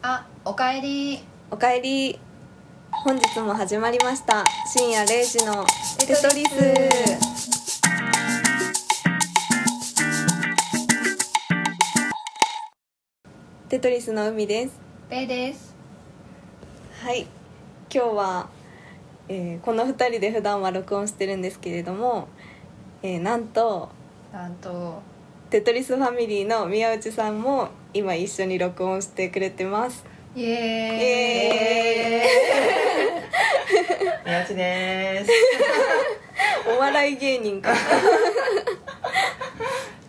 あ、おかえり。おかえり本日も始まりました深夜0時のテトリステトリスの海ですペイです。はい今日は、えーこの2人で普段は録音してるんですけれども、えーなんとなんと、テトリスファミリーの宮内さんも今一緒に録音してくれてますイエーイ。宮地です。お笑い芸人か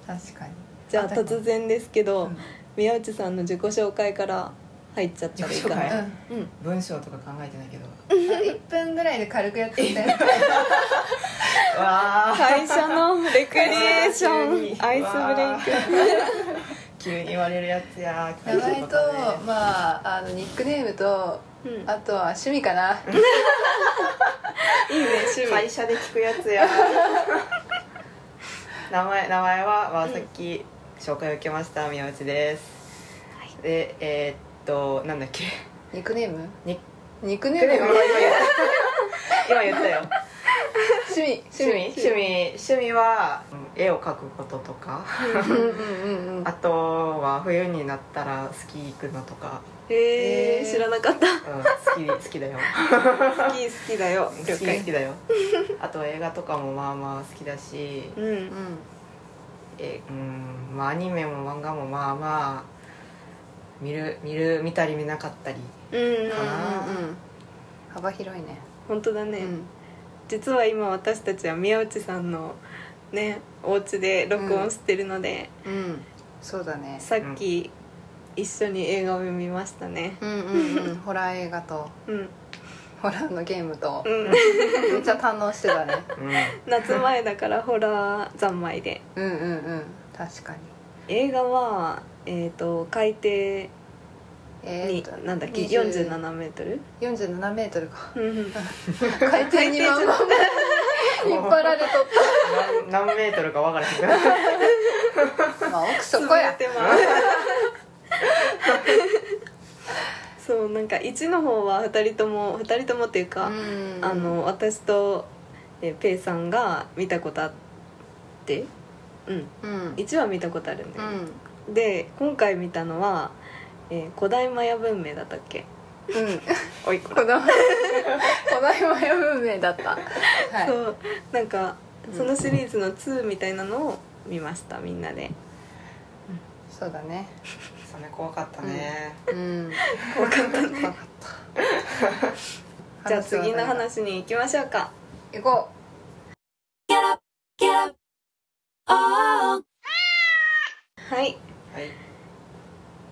確かに。じゃあ私も突然ですけど、うん宮内さんの自己紹介から入っちゃったらいいかな、自己 うん、文章とか考えてないけど。うん。一分ぐらいで軽くやってみたい。 わあ、会社のレクリエーションアイスブレイ急に言われるやつや。名前と 会社かね、まあ、あのニックネームと、うんあとは趣味かな。クいいね趣味会社で聞くやつや。名前名前はまあさっき紹介を受けました宮内です。でえーっとなんだっ け。ニックネーム。ニッニックネクーネームムは。今言ったよ。趣味。趣味趣味趣味はうん絵を描くこととか。うんうんうんうんあ。とは冬になったらスキー行くのとか、へええー知らなかったうん、好き好きだよ好き好きだよ好き好きだよ あと映画とかもまあまあ好きだしうんうん。えうんまあアニメも漫画もまあまあ見る見る見たり見なかったりうんうんかなうんうん。幅広いね。本当だね、うん。実は今私たちは宮内さんのねお家で録音してるので、うん。そうだね。さっき一緒に映画を見ましたねうんうんうん。 ホラー映画と。うんホラーのゲームとう。んめっちゃ堪能してたね。うん 夏前だからホラー三昧でうんうんうん確かに映画はえっ、と海底えに、なんだっけ47メートル47メートル かうん海底にまんま引っ張られとっ何何メートルか分からへんけど たまあ奥 そこや潰れてます そうなんか1の方は2人とも2人ともっていうか、うんあの私とえーペイさんが見たことあってうんうん1は見たことあるんうだよ、んで今回見たのは、えー古代マヤ文明だったっけうんおいここのこのマヤ文明だったそはうなんかうんそのシリーズの2みたいなのを見ましたみんなでいそうだねそれ怖かったね、うん怖かったね分かったじゃあ次のは誰だ話に行きましょうか行こはいはい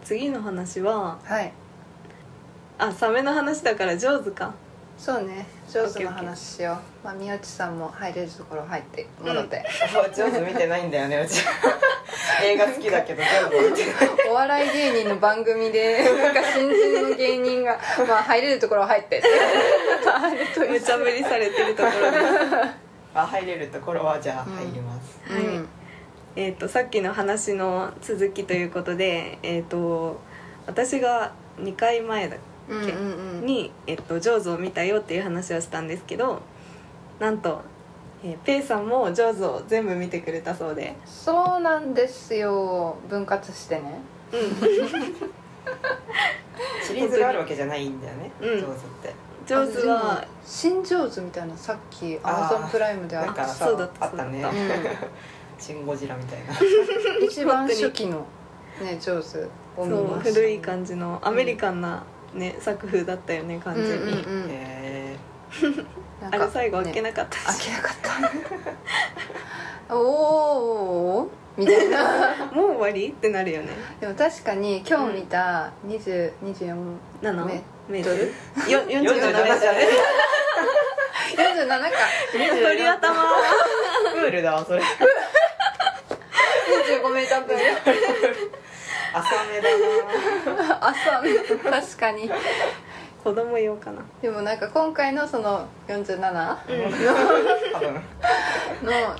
次の話はうはいあサメの話だから上手かそうね上手のオッケーオッケー話しようまあ宮内さんも入れるところ入ってもらって上手見てないんだよねうち 映画好きだけど上手見てないお笑い芸人の番組でなんか新人の芸人が、まあ、入れるところ入ってあれと無茶ぶりされてるところです まあ入れるところはじゃあ入ります、はいえー、とさっきの話の続きということで、えー、と私が2回前だうんうんうんうんに「えっとジョーズ」を見たよっていう話をしたんですけどなんと、えーペイさんも「ジョーズ」を全部見てくれたそうで、そうなんですよ分割してねうん、シリーズがあるわけじゃないんだよね、うん上手ってジョーズはあ新上手みたいなさっきアマあーゾンプライムであっなんかたあさそうだったあったねそうだっシン・ゴジラみたいなうん一番初期のね上手を見そうました古い感じのアメリカンな、ね作風だったよね完全に、うんうんうんえなんあかれ最後あっけねなかった開し、けなかった おーおーおーみたいなもう終わりってなるよねでも確かに今日見た20 24 7メメーートトルルよー、 47 47じゃね47か鳥頭 プールだわそれ25メーター分浅めだ朝確かに子供用かなでもなんか今回のその47のな多分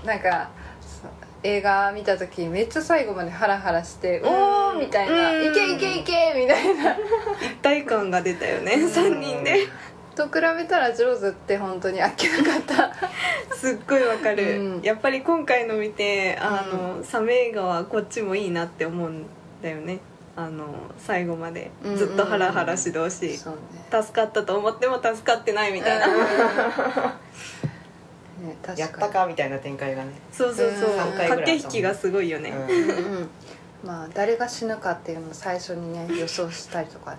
なんかそ映画見た時めっちゃ最後までハラハラして「んおー!」みたいな「うんいけいけいけ!」みたいな一体感が出たよね3人でと比べたら「ジョーズ」って本当にあっけなかったすっごいわかる、うんやっぱり今回の見てあの、サメ映画はこっちもいいなって思うんだよねあの最後までうんうんうんずっとハラハラしてほしい、そうね助かったと思っても助かってないみたいな、うんね確かにやったかみたいな展開がね、そうそうそううん三回ぐらいだもん駆け引きがすごいよね、うんうんまあ誰が死ぬかっていうのを最初にね予想したりとかね、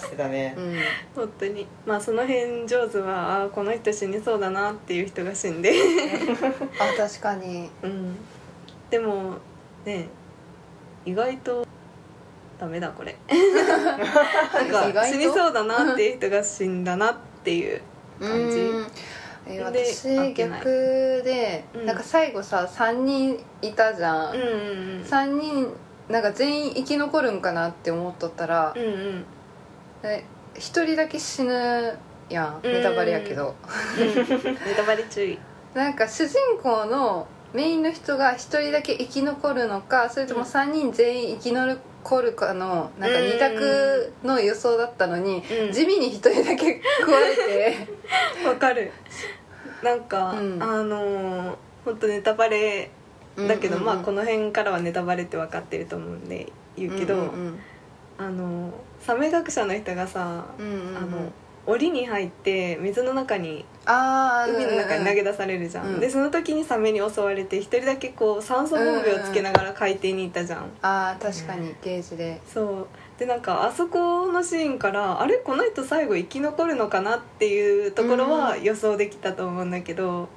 してたねう、ん、本当にまあその辺上手はあーこの人死にそうだなっていう人が死んで、あ確かにうん、でもね意外とダメだこれなん意外かと死にそうだなっていう人が死んだなっていう感じうんえで合私ってない逆で、うんなんか最後さ3人いたじゃ、うんん三3人なんか全員生き残るんかなって思っとったらうん、うんうんえ一人だけ死ぬやんうんネタバレやけど、ネタバレ注意なんか主人公のメインの人が一人だけ生き残るのかそれとうもん3人全員生き残るかのなんかうん2択の予想だったのに、うん地味に一人だけ加えてわかるなんか、うんあのー、本当ネタバレだけど、うんうんうんまあこの辺からはネタバレって分かってると思うんで言うけど、うんうんあのサメ学者の人がさ、うんうんうんあの檻に入って水の中にあー海の中に投げうん出されるじゃん、うんでその時にサメに襲われて一人だけこう酸素ボンベをつけながら海底にいたじゃん、あー確かにゲージでそうでなんかあそこのシーンからあれこの人最後生き残るのかなっていうところは予想できたと思うんだけど、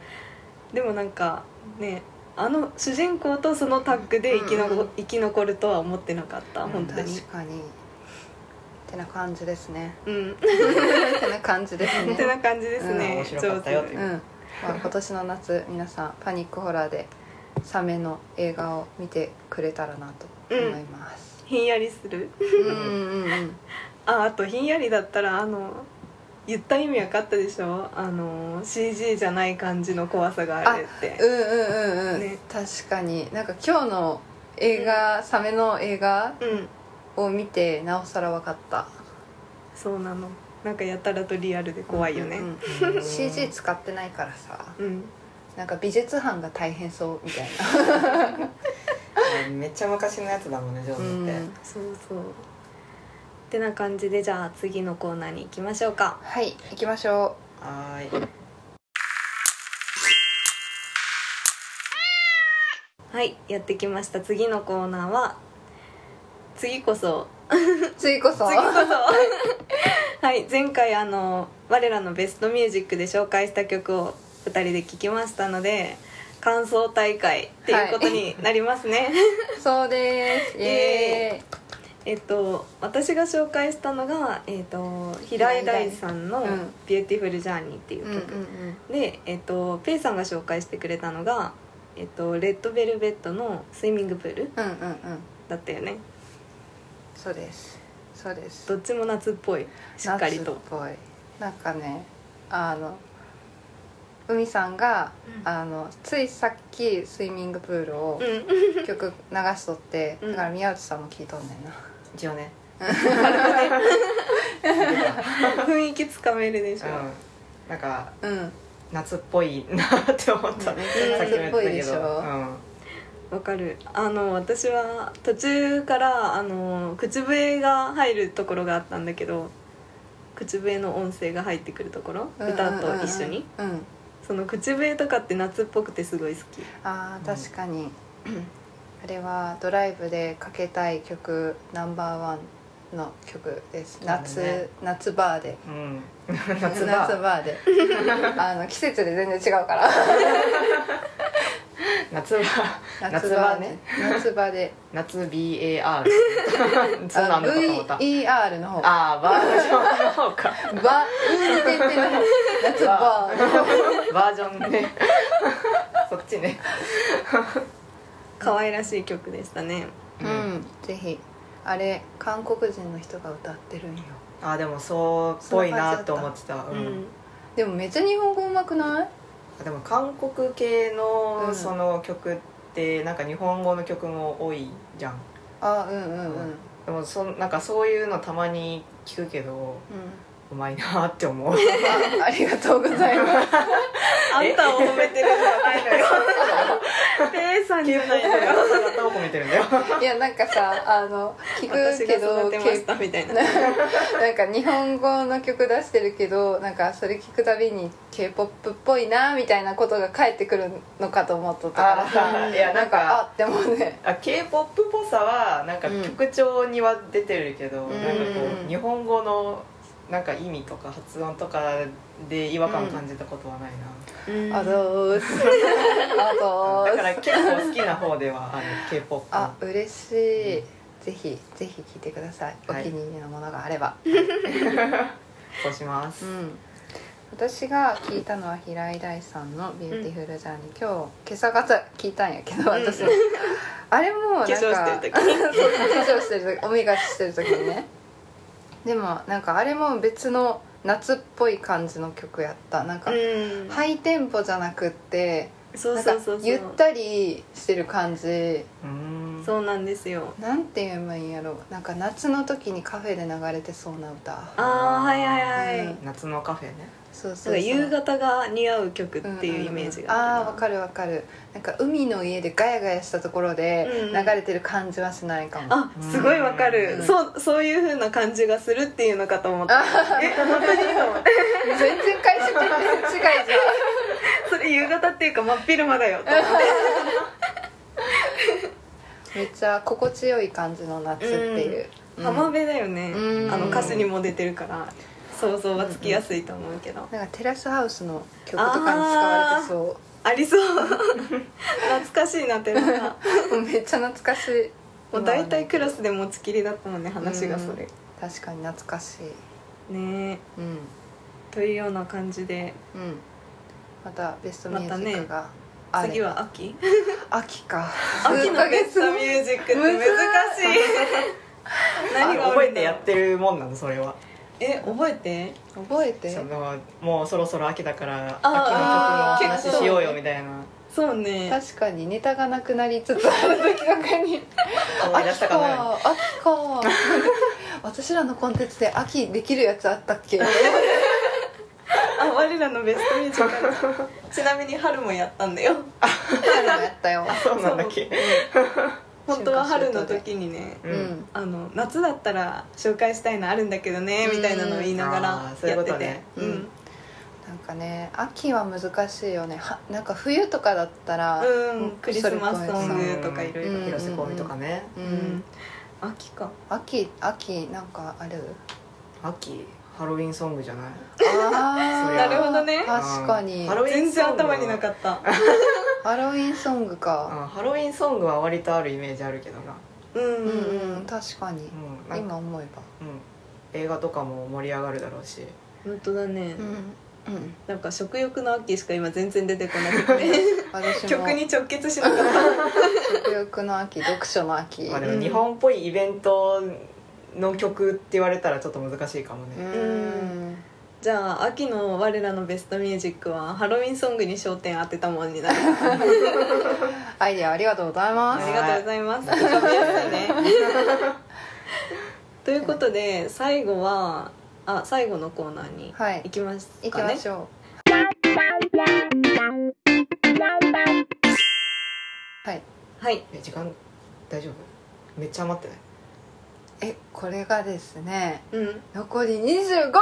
でもなんかねあの主人公とそのタッグで生きのこ、うんうん生き残るとは思ってなかった本当に確かにってな感じです ねうんってな感じですねってな感じですね、うん面白かったよってうんまあ、今年の夏皆さんパニックホラーでサメの映画を見てくれたらなと思います、ひんやりするうん、うんうんうんああとひんやりだったらあの言った意味分かったでしょあの CG じゃない感じの怖さがあるってうんうんうん、ね確かになんか今日の映画、サメの映画うんを見てなおさら分かったそうなのなんかやたらとリアルで怖いよねうんううんん CG 使ってないからさうんなんか美術班が大変そうみたいめっちゃ昔のやつだもんね上手な、うって、ん、そうそうってな感じでじゃあ次のコーナーに行きましょうかはい行きましょはーいはいやってきました次のコーナーは次こそう次こそ次こそはい前回あの我らのベストミュージックで紹介した曲を2人で聴きましたので感想大会っていうことになりますね、そうですイエ えっと私が紹介したのが、えっと、平井大さんのうん「ビューティフルジャーニーっていーうイ、曲、んで、えっと、ペイさんが紹介してくれたのが、えっと、レッドベルベットの「スイミングプールうんうんうん、だったよねそうですそうですどっちも夏っぽいしっかりと夏っぽいなんかねあの海さんが、うんあのついさっきスイミングプールをうん曲流しとって、うんだから宮内さんも聞いとんねんな一応ね 雰囲気つかめるでしうょ、んなんかうん夏っぽいなって思った、めっちゃさっきも夏言ってたっぽいでけしど、ょうん、わかるあの私は途中からあの口笛が入るところがあったんだけど口笛の音声が入ってくるところ歌と一緒にうんうんうんうんその口笛とかって夏っぽくてすごい好きあー確かに、 あれはドライブでかけたい曲ナンバーワンの曲です、そうだね夏夏バーでうん、夏夏バ場ー であの季節で全然違うから夏場 夏場ね夏場で夏 BAR そうなんだと思ったあ VER の方バああバージョンの方かウーに出てない夏バーバージョンねそっちね可愛らしい曲でしたねううんんぜひあれ韓国人の人が歌ってるんよあーでもそうっぽいなと思ってたう、うんん、でもめっちゃ日本語うまくないでも韓国系うのんその曲ってなんか日本語の曲も多いじゃんあうんうんうんうんでもそんなんかそういうのたまに聞くけどうまいなって思うあありがとうございますあんたを褒めてるんじゃないのよ ペイさんじゃないのよ姿を褒めてるんだよいやなんかさあの聞く私けがど育てましたみたいななんか日本語の曲出してるけどなんかそれ聞くたびに k p o p っぽいなみたいなことが返ってくるのかと思っとったからさあーいやななんんかかあでもねあ k p o p っぽさはなんかうん曲調には出てるけど、うんなんかこう日本語のなんか意味とか発音とかで違和感を感じたことはないな、あうんどうすあどうだからす結構好きな方ではある k p o p あ嬉しい、うぜひぜひ聞いてください、はいお気に入りのものがあればそうします、うん私が聞いたのは平井大さんの「ビューティフルジャーニー」今日今朝方聞いたんやけど私も、あれもなんか化粧してる時そう化粧してる時おみがしてる時にねでもなんかあれも別の夏っぽい感じの曲やったなんか、うんハイテンポじゃなくってそうなんそかうそうそゆっうたりしてる感じうーんそうなんですよなんて言えばいいんやろなんか夏の時にカフェで流れてそうな歌ああはいはいはい、うん夏のカフェねそうそそううそう夕方が似合う曲っていうイメージがある、あーわかるわかるなんか海の家でガヤガヤしたところうでん流れてる感じはしないかも、あすごいわかる、うんそうそういう風な感じがするっていうのかと思ったえ本当にと思って全然解釈違いじ それ夕方っていうか真っ昼間だよと思ってゃんめっちゃ心地よい感じの夏っていう、うん浜辺だよね、うんあの歌詞にも出てるから想像はつきやすいと思うけど、なんかテラスハウスの曲とかに使われてそありそう懐かしいなっての がうめっちゃ懐かしいもう大体クラスで持ちきりだったもんね話がそれ、確かに懐かしいねうえんというような感じでうんまたベストミュージックがあれば、次は秋秋か秋数のヶベ月ストミュージックって 難しい何があ多いんだろう覚えてやってるもんなのそれはえ覚えて覚えてそのもうそろそろ秋だからあ秋ーの曲の話しようよみたいなそうね確かにネタがなくなりつつある時とかに思い出したかなよ秋 か秋か私らのコンテンツで秋できるやつあったっ けあ我らのベストミュージック ちなみに春もやったんだよ春もやったよそうなんだっけ 本当は春の時にねう、うんんあの夏だったら紹介したいのあるんだけどねうんみたいなのを言いながあらーそういやうこってとてねうんうんなんかね秋は難しいよねはなんか冬とかだったらうんクリスマスソングとかいろいろうん広瀬香美とかねう、うんん秋か秋秋なんかある秋ハロウィンソングじゃないあーなるほどね確かにうんハロウィンソング全然頭になかったハロウィンソングかあハロウィンソングは割とあるイメージあるけどな,、うんううんんううんん確かにうんなんか今思えばうん、映画とかも盛り上がるだろうし本当だねうん、うん、なんか食欲の秋しか今全然出てこなく て私も曲に直結しなかった食欲の秋読書の秋まあでうもん日本っぽいイベントの曲って言われたらちょっと難しいかもうね、んじゃあ秋の我らのベストミュージックはハロウィンソングに焦点当てたもんになるアイデアありがとうございあますりがとうございます浮かびやすいねということで最後はあ最後のコーナーにはい行きますかね、行きましょう、はいはいえ時間大丈夫めっちゃ余ってないえこれがですねうん残り25分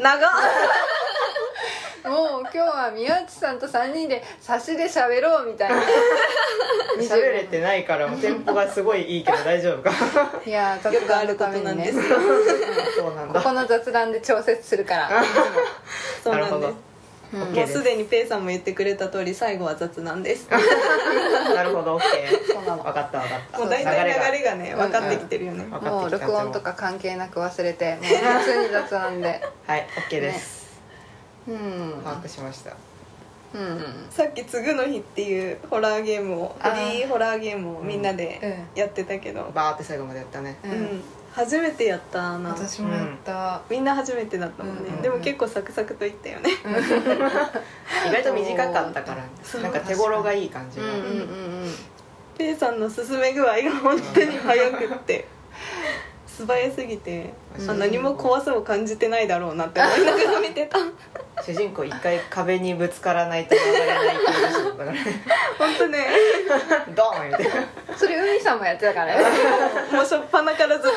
長っもう今日は宮内さんと3人で差しで喋ろうみたい な 喋れてないからもうテンポがすごいいいけ ど大丈夫かいやーよ雑くあ談のるこたとめなにんでねすよそうなんここだの雑談で調節するから そうなるなんほでどすうんオッケもーうすでにペイさんも言ってくれた通り最後は雑なんですなるほど OK そうなの分かった分かったもう大体流れがね分かってきてるよね、分かもっうてきた録音とか関係なく忘れてもう普通に雑談ではい OK です、うん把握しましたうんうんさっき「次の日」っていうホラーゲームをフあーリーホラーゲームをみんなでうやってたけど、バーって最後までやったねう、うんん初めてやったな私もやった、みんな初めてだったもんね、うんでも結構サクサクといったよね、 意外と短かったからそうなんか手頃がいい感じうがんうんうんうんペイさんの進め具合が本当に早くって素早すぎて、うんあ何も怖さを感じてないだろうなって思いながら見てた本主人公一回壁にぶつからないと曲が れない系でしょだからね当ねドーンみたいなそれ海さんもやってたからね もう初っ端からずっ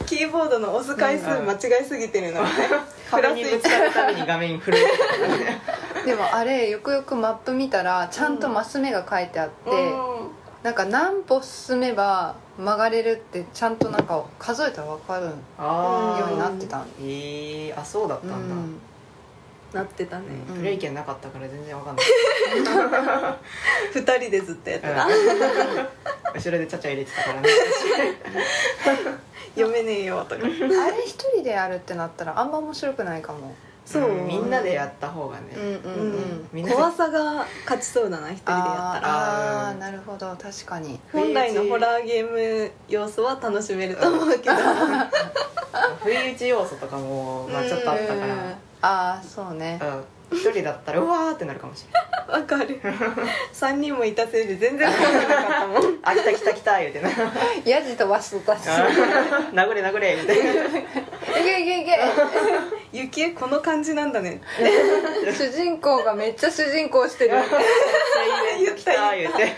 とキーボードの押す回数間違いすぎてるのよねプラ壁スにぶつかるために画面震えてたからねでもあれよくよくマップ見たらちゃんとマス目が書いてあって、なんか何歩進めば曲がれるってちゃんとなんか数えたら分かるよあうになあってたんえー、あそうだったんだ、うんなってたねうんプレイ権なかったから全然わかん ない、 2人でずっとやってたうん後ろでちゃちゃ入れてたからね読めねえよとかうんあれ一人でやるってなったらあんま面白くないかも そう、んみんなでやった方がね、うんうんううんん、みんなで怖さが勝ちそうだな一人でやったらあーあうーんなるほど確かに本来のホラーゲーム要素は楽しめると思う けど不意打ち要素とかも、まあ、ちょっとあったから、うんああそうねうん一人だったらうわーってなるかもしれないわかる3人もいたせいで全然怖くなかったもん 「あ来た来た来た」言うてな「ヤジ飛ばすとたしい殴れ殴れ」みたいなけいけいけ雪絵この感じなんだね主人公がめっちゃ主人公してる「言っ来たた」言うて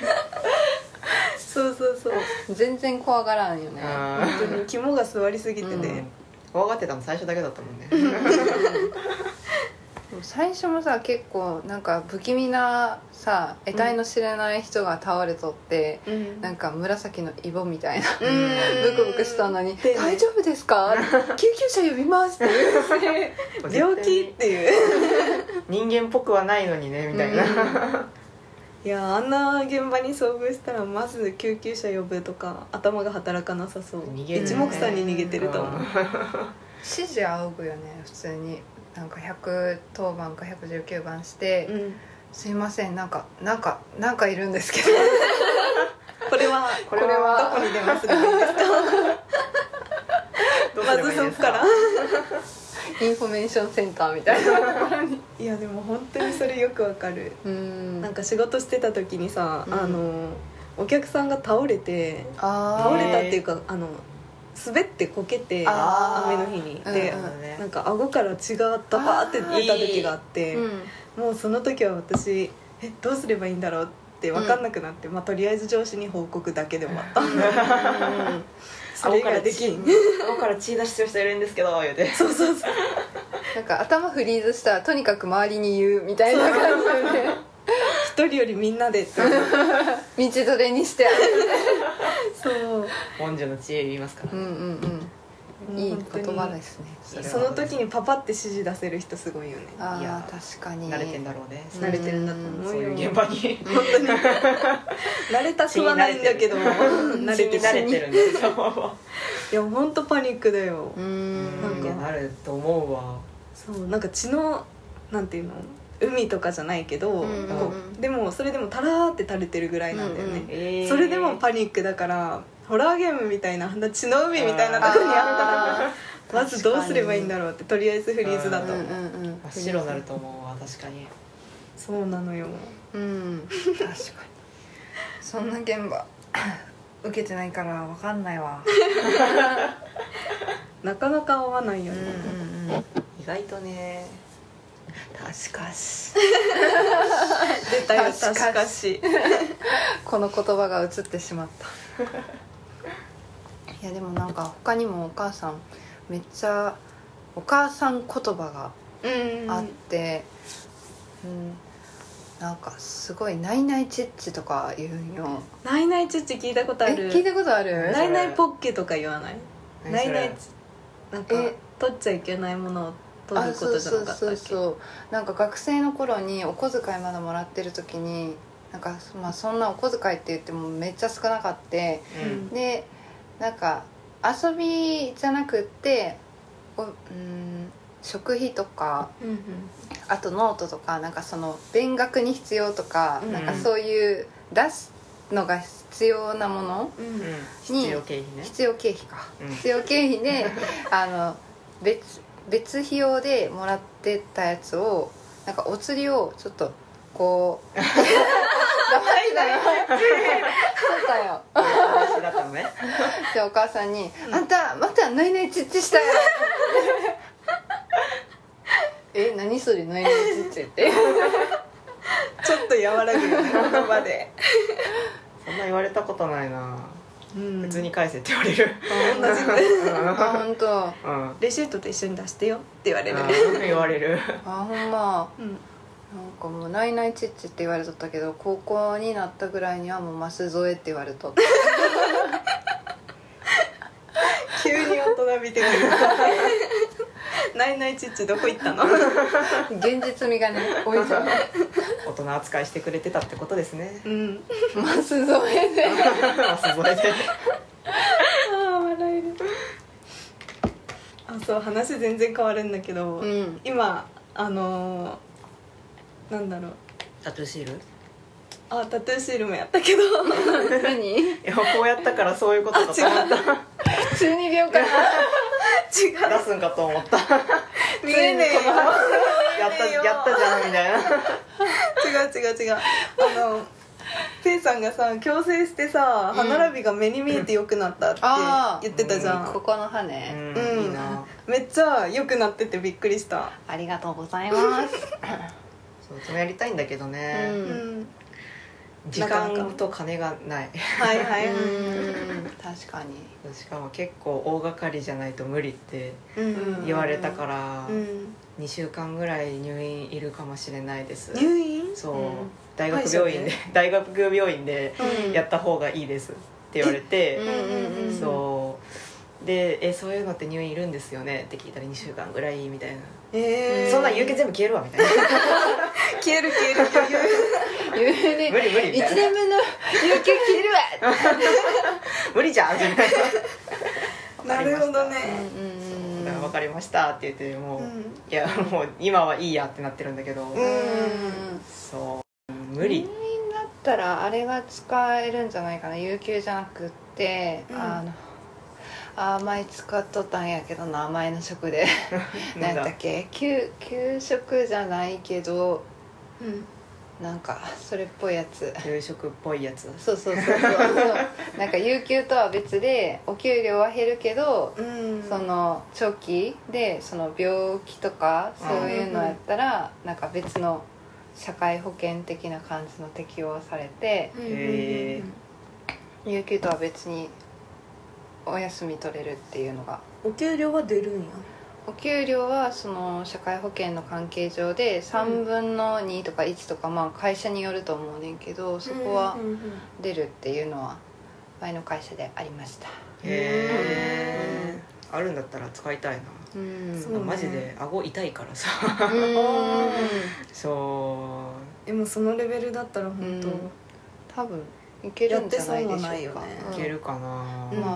そうそうそう全然怖がらんよね本当に肝が座りすぎてうんね、怖がってたの最初だけだったもんねでも最初もさ結構なんか不気味なさ得体の知れない人が倒れとって、うんなんか紫のイボみたいなうんブクブクしたのに「でね大丈夫です か?」「救急車呼びます」って言うし病気っていう人間っぽくはないのにねみたいな、いやあんな現場に遭遇したらまず救急車呼ぶとか頭が働かなさそう逃げる一ね目散に逃げてると思う指示仰ぐよね普通になんか110番か119番して「うんすいませんなんかなんかなんかいるんですけど これはこれはどこに出ますかどうすまればずいいそでっすかからインフォメーションセンター」みたい な。いやでも本当にそれよくわかるうんなんか仕事してた時にさ、うんあのお客さんが倒れてあ倒ーれたっていうかあの滑ってこけてあー雨の日にうんで、うんねなんか顎から血がダバーって出た時があってうんもうその時は私えどうすればいいんだろうって分かんなくなって、まあ、とりあえず上司に報告だけで終わった、それ顎以から外ででききんん顎から血出してる人いるんですけど言うてそうそうそうなんか頭フリーズしたらとにかく周りに言うみたいな感じで 一人よりみん なでって道連れにしてあるそう文殊の知恵言いますからうね、 んうんうんいい言葉ですねそ本当にれそはの時にパパって指示出せる人すごいよねあいやー確かに慣れてんだろうね、うん慣れてるんだと思そううよいう現場に本当に慣れたくはないんだ けど慣慣れれてて慣れてるるんですよいや本当パニックだようーなんんかなると思うわそうなんか血のなんていうの海とかじゃないけど、うんうんうんこうでもそれでもタラーって垂れてるぐらいなんだよね、えーそれでもパニックだからホラーゲームみたいなあんな血の海みたいなとこにああったらまずどうすればいいんだろうってとりあえずフリーズだーとう思う、んうんうん真っ白になると思うわ確かにそうなのようん確かにそんな現場受けてないからわかんないわなかなか合わないようんね、うんうん意外とね確かし出たよ確かし確かしこの言葉が映ってしまったいやでもなんか他にもお母さんめっちゃお母さん言葉がうんあってうん、なんかすごい「ナイナイチッチ」とか言うんよナイナイチュッチ聞いたことあえる聞いたことあるナイナイポッケとか言わないナイナイ何チなんかえ取っちゃいけないものを取あるこそとうじゃそなうかったそっうけそうなんか学生の頃にお小遣いまだもらってる時になんか、まあ、そんなお小遣いって言ってもめっちゃ少なかってそれうんでなんか遊びじゃなくっておうん食費とかうんうんあとノートとかなんかその勉学に必要とか、うんなんかそういう出すのが必要なものうんうんに必要経費ね必要経費か、うん必要経費 であの別別費用でもらってたやつをなんかお釣りをちょっとこ う黙ってたよ そうだよ私だったのねでお母さんに「あんたまたないないちっち したよ」え何それないないちっちってちょっと和らぐよね言葉で、そんな言われたことないなうん、普通に返せって言わ れる 同じねあ本当あうんレシートと一緒に出してよって言われる言われるほんまうんなんかもう「ないないちっち」って言われとったけど高校になったぐらいにはもう「マス添え」って言われとった急に大人びてくるないないちっちどこ行ったの現実味が ね多いじゃん大人扱いしてくれてたってことですねうんマス添えでそれでああ笑えるあそう話全然変わるんだけど、うん今あのーなんだろうタトゥーシールいあタトゥーシールもやった けど何やこうやったからそういうことだと思っ中二病かな違うた出すんかと思った見えねえよやったやったじゃんみたい違なう違う違うあのペイさんがさ矯正してさ歯並びが目に見えて良くなったってあー言ってたじゃん、ここの歯ね、うんいいなめっちゃ良くなっててびっくりしたありがとうございますそう爪やりたいんだけどね、う うんん時間と金がないはいはういはいーん確かにしかも結構大掛かりじゃないと無理ってうん言われたから、うん2週間ぐらい入院いるかもしれないです入院そう、うん大学病院で大学病院でうんやった方がいいですって言われて、うんそうでえそういうのって入院いるんですよねって聞いたら2週間ぐらいみたいな、えーそんなん有給全部消えるわみたいな消える消える消える有年無理無理みたい1な年目の有給切るわ無理じゃんみたいな なるほどねうんだから分かりましたって言ってもう、うんいやもう今はいいやってなってるんだけど、んそう無入理、院だったらあれが使えるんじゃないかな有給じゃなくって、うんあのあー前使っとったんやけどな前の職 でな何んだっだけ給給食じゃないけどうんなんかそれっぽいやつ給食っぽいやつそうそうそうそう そうなんか有給とは別でお給料は減るけどうんその長期でその病気とかそういうのやったらなんか別の社会保険的な感じの適用されてうんへ有給とは別にお休み取れるっていうのがお給料は出るんやお給料はその社会保険の関係上で3分の2とか1とかまあ会社によると思うねんけどそこはうんうんうん出るっていうのは前の会社でありましたへえあるんだったら使いたいなうんそうねマジで顎痛いからさうんそでもそのレベルだったら本当、うん多分いけるんじゃないでしょうかやってそうもないよねううんいけるかな、うんま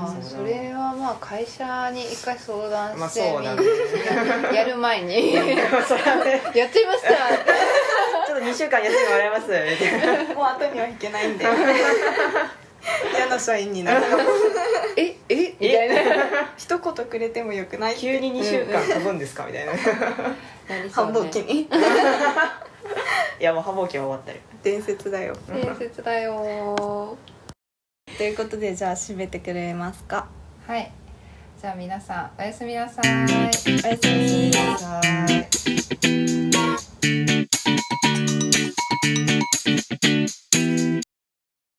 あうそれはまあ会社に一回相談まあしてそうだねみんなやる前にやっちゃいそれ はまねしたって ちょっと2週間休みもらえますみたいなもう後には引けない んで嫌な社員になるええみたいな一言くれてもよくない急に2週間飛ぶんですかみ たいないなりそう繁ね忙期にやもう繁忙期は終わったり伝説だよ伝説だよということでじゃあ締めてくれますかはいじゃあ皆さんおやすみなさいおやすみはい